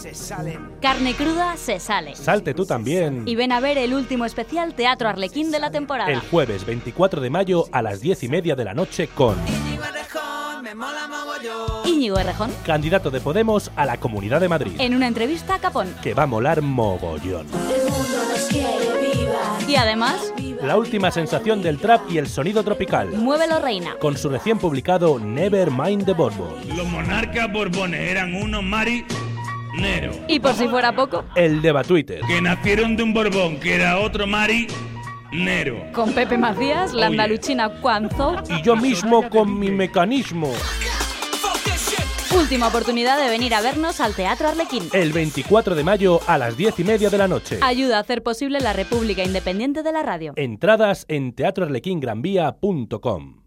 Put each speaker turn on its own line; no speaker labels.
Se salen.
Carne cruda se sale.
Salte tú también.
Y ven a ver el último especial Teatro Arlequín de la temporada.
El jueves 24 de mayo a las 10 y media de la noche con
Íñigo Errejón, me mola mogollón.
Íñigo Errejón,
candidato de Podemos a la Comunidad de Madrid,
en una entrevista a Capón.
que va a molar mogollón.
Y además,
La última sensación del trap y el sonido tropical,
Muévelo Reina.
con su recién publicado Never Mind the Borbón.
Los monarcas borbones eran unos marineros
Y por si fuera poco,
El Deba Twitter,
que nacieron de un borbón que era otro marinero.
con Pepe Macías, la
Oye.
andaluchina Cuanzo.
y yo mismo con mi mecanismo.
Última oportunidad de venir a vernos al Teatro Arlequín.
El 24 de mayo a las 10 y media de la noche.
Ayuda a hacer posible la República Independiente de la Radio.
Entradas en teatroarlequingranvía.com.